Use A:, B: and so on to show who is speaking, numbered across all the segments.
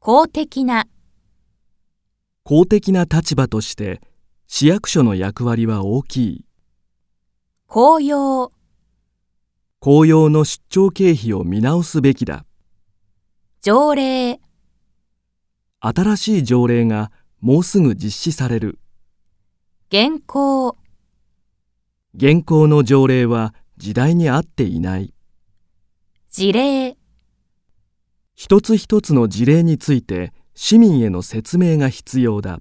A: 公的な、
B: 公的な立場として市役所の役割は大きい
A: 公用、
B: 公用の出張経費を見直すべきだ
A: 条例、
B: 新しい条例がもうすぐ実施される
A: 現行、
B: 現行の条例は時代に合っていない
A: 事例、
B: 一つ一つの事例について市民への説明が必要だ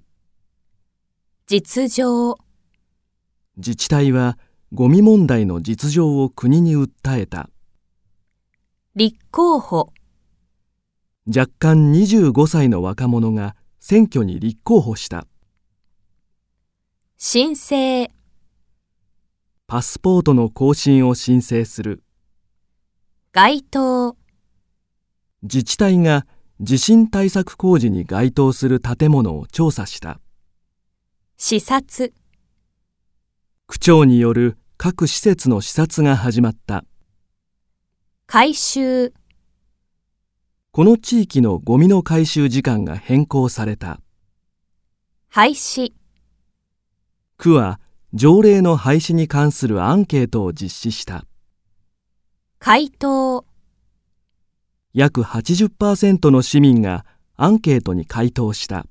A: 実情、
B: 自治体はゴミ問題の実情を国に訴えた
A: 立候補、
B: 若干25歳の若者が選挙に立候補した
A: 申請、
B: パスポートの更新を申請する
A: 該当、
B: 自治体が地震対策工事に該当する建物を調査した
A: 視察、
B: 区長による各施設の視察が始まった
A: 回収、
B: この地域のゴミの回収時間が変更された
A: 廃止、
B: 区は条例の廃止に関するアンケートを実施した
A: 回答、
B: 約80%の市民がアンケートに回答した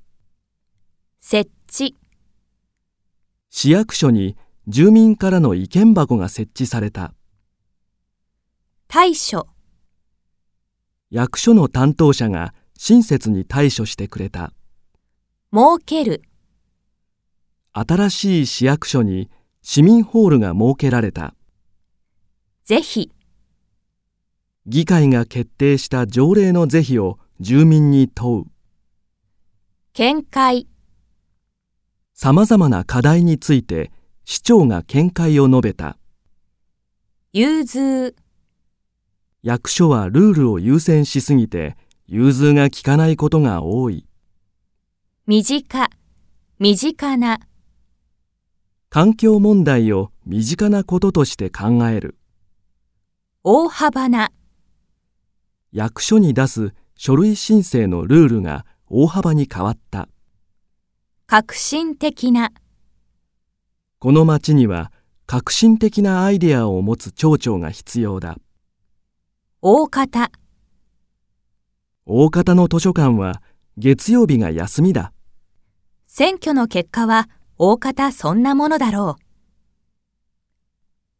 A: 設置、
B: 市役所に住民からの意見箱が設置された
A: 対処、
B: 役所の担当者が親切に対処してくれた
A: 設ける、
B: 新しい市役所に市民ホールが設けられた
A: 是非、
B: 議会が決定した条例の是非を住民に問う
A: 見解、
B: さまざまな課題について市長が見解を述べた
A: 融通、
B: 役所はルールを優先しすぎて融通が利かないことが多い
A: 身近、身近な、
B: 環境問題を身近なこととして考える
A: 大幅な、
B: 役所に出す書類申請のルールが大幅に変わった
A: 革新的な、
B: この町には革新的なアイデアを持つ町長が必要だ
A: 大方、
B: 大方の図書館は月曜日が休みだ
A: 選挙の結果は大方そんなものだろう。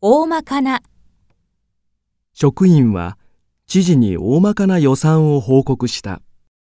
A: 大まかな、
B: 職員は知事に大まかな予算を報告した